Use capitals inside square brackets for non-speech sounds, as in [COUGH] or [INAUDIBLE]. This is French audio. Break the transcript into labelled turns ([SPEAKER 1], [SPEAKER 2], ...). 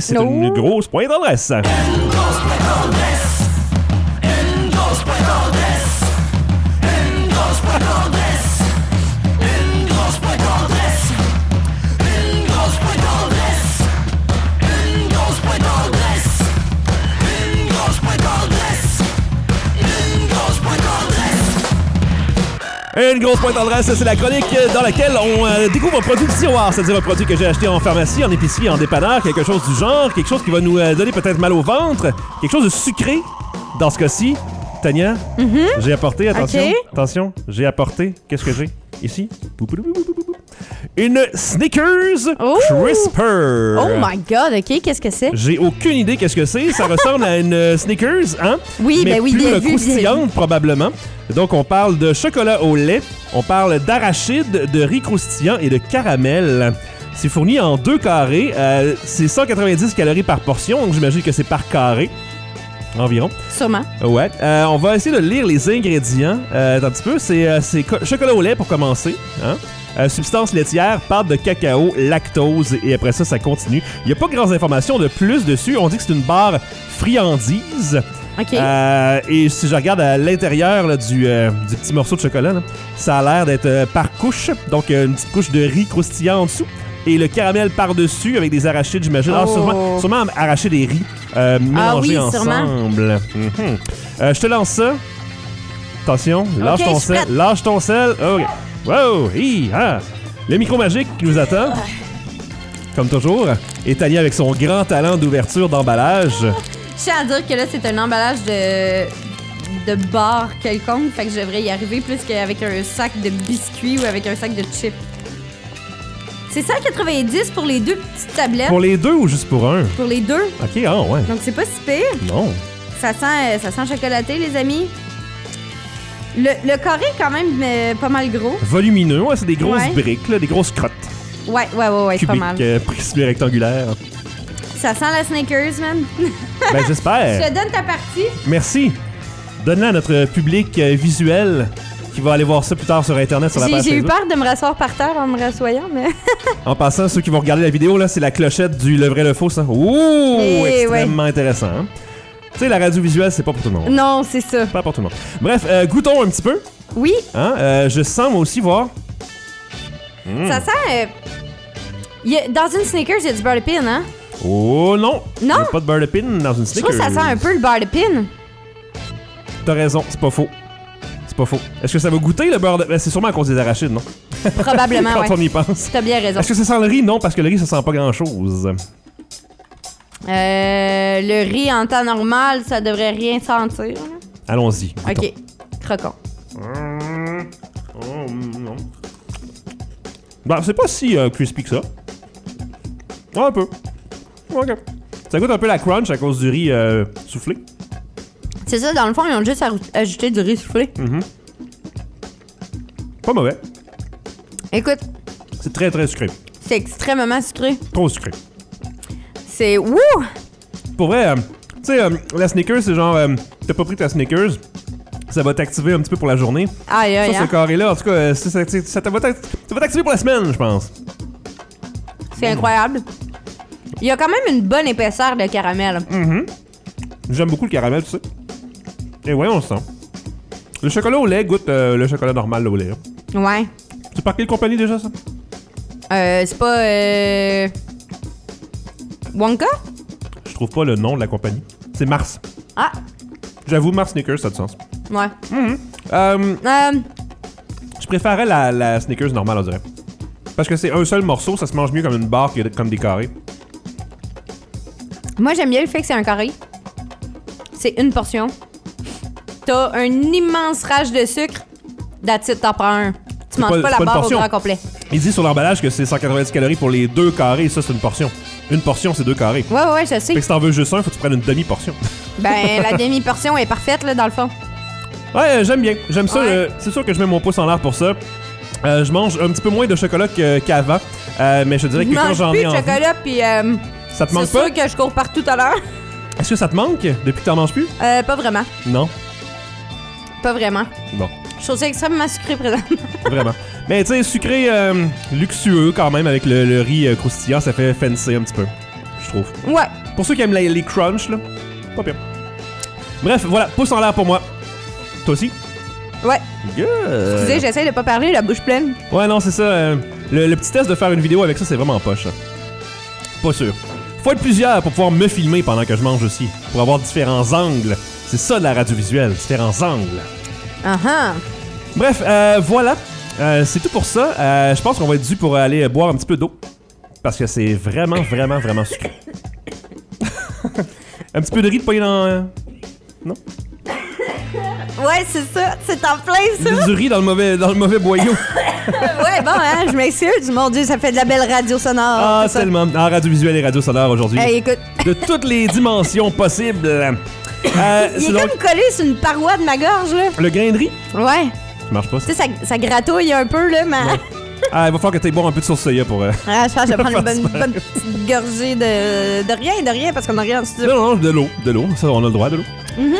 [SPEAKER 1] C'est
[SPEAKER 2] No.
[SPEAKER 1] une grosse pointe d'adresse. Une grosse pointe d'adresse, c'est la chronique dans laquelle on euh, découvre un produit de tiroir, c'est-à-dire un produit que j'ai acheté en pharmacie, en épicerie, en dépanneur, quelque chose du genre, quelque chose qui va nous euh, donner peut-être mal au ventre, quelque chose de sucré. Dans ce cas-ci, Tania, j'ai apporté, attention,
[SPEAKER 2] Mm-hmm. Ok.
[SPEAKER 1] attention, j'ai apporté, qu'est-ce que j'ai ici? Une Snickers
[SPEAKER 2] Oh!
[SPEAKER 1] Crisper.
[SPEAKER 2] Oh my god, ok, qu'est-ce que c'est?
[SPEAKER 1] J'ai aucune idée qu'est-ce que c'est. Ça ressemble à une euh, Snickers, hein?
[SPEAKER 2] Oui,
[SPEAKER 1] mais
[SPEAKER 2] ben oui,
[SPEAKER 1] plus
[SPEAKER 2] bien
[SPEAKER 1] euh,
[SPEAKER 2] vu, bien
[SPEAKER 1] croustillante probablement. Donc on parle de chocolat au lait, on parle d'arachide, de riz croustillant et de caramel. C'est fourni en deux carrés. euh, c'est 190 calories par portion, donc j'imagine que c'est par carré environ.
[SPEAKER 2] Sûrement.
[SPEAKER 1] Ouais. Euh, on va essayer de lire les ingrédients. Euh, attends un petit peu. C'est euh, c'est co- chocolat au lait pour commencer. Hein? Euh, substance laitière, pâte de cacao, lactose et après ça, ça continue. Il n'y a pas grandes informations de plus dessus. On dit que c'est une barre friandise.
[SPEAKER 2] Ok.
[SPEAKER 1] Euh, et si je regarde à l'intérieur là, du, euh, du petit morceau de chocolat, là, ça a l'air d'être euh, par couche. Donc, euh, une petite couche de riz croustillant en dessous. Et le caramel par-dessus avec des arachides, j'imagine. Ah,
[SPEAKER 2] Oh. Ah
[SPEAKER 1] sûrement, sûrement arracher des riz euh, mélangés
[SPEAKER 2] oui, sûrement.
[SPEAKER 1] ensemble. Mhm. Euh, je te lance ça. Attention, lâche
[SPEAKER 2] Ok,
[SPEAKER 1] ton
[SPEAKER 2] je suis
[SPEAKER 1] sel.
[SPEAKER 2] prête.
[SPEAKER 1] Lâche ton sel. Oh, OK. Wow! hi, ah. Le micro magique qui nous attend. Comme toujours. Et Tania avec son grand talent d'ouverture d'emballage.
[SPEAKER 2] Je tiens à dire que là, c'est un emballage de de bar quelconque, fait que je devrais y arriver plus qu'avec un sac de biscuits ou avec un sac de chips. C'est 190 pour les deux petites tablettes,
[SPEAKER 1] Pour
[SPEAKER 2] pour,
[SPEAKER 1] les deux ou juste pour un?
[SPEAKER 2] les deux.
[SPEAKER 1] Ok, ah ouais.
[SPEAKER 2] Donc c'est pas si pire.
[SPEAKER 1] Non.
[SPEAKER 2] Ça sent, euh, ça sent chocolaté, les amis. Le, le carré est quand même euh, pas mal gros.
[SPEAKER 1] Volumineux, ouais, c'est des grosses
[SPEAKER 2] Ouais.
[SPEAKER 1] briques, là, des grosses crottes
[SPEAKER 2] Ouais, ouais, ouais, ouais, c'est pas
[SPEAKER 1] cubiques,
[SPEAKER 2] mal.
[SPEAKER 1] euh, prismées
[SPEAKER 2] [LAUGHS]
[SPEAKER 1] rectangulaires.
[SPEAKER 2] Ça sent la Snickers, man.
[SPEAKER 1] ben
[SPEAKER 2] Je
[SPEAKER 1] j'espère.
[SPEAKER 2] te donne ta partie.
[SPEAKER 1] Merci. Donne-la à notre public euh, visuel qui va aller voir ça plus tard sur Internet, sur la
[SPEAKER 2] J'ai
[SPEAKER 1] page
[SPEAKER 2] j'ai eu
[SPEAKER 1] Facebook.
[SPEAKER 2] peur de me rasseoir par terre en me rassoyant, mais.
[SPEAKER 1] En passant, ceux qui vont regarder la vidéo, là, c'est la clochette du Le Vrai Le Faux, ça. Ouh!
[SPEAKER 2] Eh,
[SPEAKER 1] extrêmement intéressant. hein. Tu sais, la radio visuelle, c'est pas pour tout le monde.
[SPEAKER 2] non, c'est ça.
[SPEAKER 1] Pas pour tout le monde. Bref, euh, goûtons un petit peu.
[SPEAKER 2] Oui,
[SPEAKER 1] Hein? Euh, je sens moi aussi voir. Hmm.
[SPEAKER 2] ça sent. euh, il y a- dans une Snickers, il y a du beurre de pin, hein?
[SPEAKER 1] Oh non!
[SPEAKER 2] Non.
[SPEAKER 1] Il y a Pas de beurre de pin dans une
[SPEAKER 2] Je
[SPEAKER 1] Snickers.
[SPEAKER 2] trouve que ça sent un peu le beurre de pin.
[SPEAKER 1] T'as raison, c'est pas faux. C'est pas faux. Est-ce que ça va goûter le beurre de... Ben, c'est sûrement à cause des arachides, non?
[SPEAKER 2] Probablement,
[SPEAKER 1] [LAUGHS] Quand on
[SPEAKER 2] ouais.
[SPEAKER 1] y pense.
[SPEAKER 2] T'as bien raison.
[SPEAKER 1] Est-ce que ça sent le riz? Non, parce que le riz, ça sent pas grand-chose.
[SPEAKER 2] Euh, le riz en temps normal, ça devrait rien sentir. là.
[SPEAKER 1] Allons-y. goûtons.
[SPEAKER 2] Ok, croquons.
[SPEAKER 1] Oh, mm, non. Ben, c'est pas si euh, crispy que ça. Ah, un peu. Ok. Ça goûte un peu la crunch à cause du riz euh, soufflé.
[SPEAKER 2] C'est ça, dans le fond, ils ont juste arou- ajouté du riz soufflé.
[SPEAKER 1] Hmm. Pas mauvais.
[SPEAKER 2] Écoute,
[SPEAKER 1] C'est très, très sucré.
[SPEAKER 2] c'est extrêmement sucré.
[SPEAKER 1] Trop sucré.
[SPEAKER 2] C'est wouh!
[SPEAKER 1] Pour vrai, euh, tu sais, euh, la Snickers, c'est genre... euh, T'as pas pris ta Snickers, ça va t'activer un petit peu pour la journée.
[SPEAKER 2] Aïe, aïe, hein?
[SPEAKER 1] Ça, ce
[SPEAKER 2] aïe.
[SPEAKER 1] carré-là, en tout cas, euh, ça, ça, ça- ça va t'act- ça va t'activer pour la semaine, je pense.
[SPEAKER 2] C'est incroyable. Il y a quand même une bonne épaisseur de caramel.
[SPEAKER 1] Hmm. J'aime beaucoup le caramel, tu sais. Et ouais, on le sent. Le chocolat au lait goûte euh, le chocolat normal au lait. hein.
[SPEAKER 2] Ouais.
[SPEAKER 1] C'est par quelle compagnie déjà, ça?
[SPEAKER 2] Euh, c'est pas. Euh... Wonka?
[SPEAKER 1] Je trouve pas le nom de la compagnie. C'est Mars.
[SPEAKER 2] Ah,
[SPEAKER 1] J'avoue, Mars Snickers, ça a du sens.
[SPEAKER 2] ouais.
[SPEAKER 1] Euh,
[SPEAKER 2] Euh,
[SPEAKER 1] je préférais la, la Snickers normale, on dirait. Parce que c'est un seul morceau, ça se mange mieux comme une barre que comme des carrés.
[SPEAKER 2] moi, j'aime bien le fait que c'est un carré. C'est une portion. T'as un immense rage de sucre. That's it, t'en prends un. Tu manges
[SPEAKER 1] pas-
[SPEAKER 2] pas,
[SPEAKER 1] c'est pas
[SPEAKER 2] la
[SPEAKER 1] une
[SPEAKER 2] barre au
[SPEAKER 1] portion.
[SPEAKER 2] grand complet.
[SPEAKER 1] Il dit sur l'emballage que c'est 190 calories pour les deux carrés, ça c'est une portion. Une portion, c'est deux carrés.
[SPEAKER 2] Ouais, ouais, ouais, je
[SPEAKER 1] Fait
[SPEAKER 2] sais.
[SPEAKER 1] que si t'en veux juste un, faut que tu prennes une demi-portion.
[SPEAKER 2] ben, la demi-portion est parfaite, là, dans le fond.
[SPEAKER 1] Ouais, euh, j'aime bien. J'aime ça.
[SPEAKER 2] Ouais.
[SPEAKER 1] euh, c'est sûr que je mets mon pouce en l'air pour ça. Euh, je mange un petit peu moins de chocolat que- qu'avant, Euh, mais je dirais que
[SPEAKER 2] Je
[SPEAKER 1] quand
[SPEAKER 2] mange
[SPEAKER 1] j'en
[SPEAKER 2] plus
[SPEAKER 1] ai
[SPEAKER 2] de
[SPEAKER 1] envie,
[SPEAKER 2] chocolat, puis euh,
[SPEAKER 1] ça te
[SPEAKER 2] c'est
[SPEAKER 1] manque pas
[SPEAKER 2] sûr que je cours partout à l'heure.
[SPEAKER 1] Est-ce que ça te manque depuis que t'en manges plus
[SPEAKER 2] Euh, pas vraiment.
[SPEAKER 1] Non.
[SPEAKER 2] Pas vraiment.
[SPEAKER 1] Bon, [LAUGHS]
[SPEAKER 2] Je trouve ça extrêmement sucré présentement.
[SPEAKER 1] vraiment. Mais tu sais, sucré, euh, luxueux quand même avec le, le riz euh, croustillant, ça fait fancy un petit peu. Je je trouve.
[SPEAKER 2] [LAUGHS] Ouais.
[SPEAKER 1] Pour ceux qui aiment les, les crunchs, là, pas pire. Bref, voilà, pouce en l'air pour moi. Toi aussi?
[SPEAKER 2] Ouais.
[SPEAKER 1] Good.
[SPEAKER 2] Excusez, j'essaie de pas parler, la bouche pleine.
[SPEAKER 1] Ouais, non, c'est ça. euh, le, le petit test de faire une vidéo avec ça, c'est vraiment poche. ça. Pas sûr. Faut être plusieurs pour pouvoir me filmer pendant que je mange aussi. Pour avoir différents angles. C'est ça de la radiovisuelle, différents angles.
[SPEAKER 2] Ah ah.
[SPEAKER 1] Bref, euh, voilà. Euh, c'est tout pour ça. Euh, je pense qu'on va être dû pour aller boire un petit peu d'eau. Parce que c'est vraiment, vraiment, vraiment sucré. [LAUGHS] un petit peu de riz de poignet dans. euh,
[SPEAKER 2] Ouais, c'est ça. C'est en plein, ça.
[SPEAKER 1] du riz dans le mauvais, dans le mauvais
[SPEAKER 2] [LAUGHS]
[SPEAKER 1] boyau.
[SPEAKER 2] ouais, bon, hein, je m'excuse. Mon Dieu, ça fait de la belle radio sonore.
[SPEAKER 1] Ah,
[SPEAKER 2] C'est ça.
[SPEAKER 1] tellement. Ah, radiovisuel et radio sonore aujourd'hui.
[SPEAKER 2] Hey, écoute,
[SPEAKER 1] de toutes les dimensions possibles. Euh,
[SPEAKER 2] il
[SPEAKER 1] c'est
[SPEAKER 2] est
[SPEAKER 1] donc
[SPEAKER 2] comme collé sur une paroi de ma gorge, là.
[SPEAKER 1] le grain de riz.
[SPEAKER 2] Ouais.
[SPEAKER 1] Ça marche pas. ça.
[SPEAKER 2] Tu sais, ça, ça gratouille un peu, là, mais.
[SPEAKER 1] Ah, il va falloir que t'ailles boire un peu de sauce soya pour. euh,
[SPEAKER 2] [LAUGHS] Ah, je pense que je vais
[SPEAKER 1] [LAUGHS]
[SPEAKER 2] prendre une bonne, bonne petite gorgée de, de rien, de rien, parce qu'on a rien en studio.
[SPEAKER 1] Non, non, de l'eau, de l'eau. Ça, on a le droit de l'eau.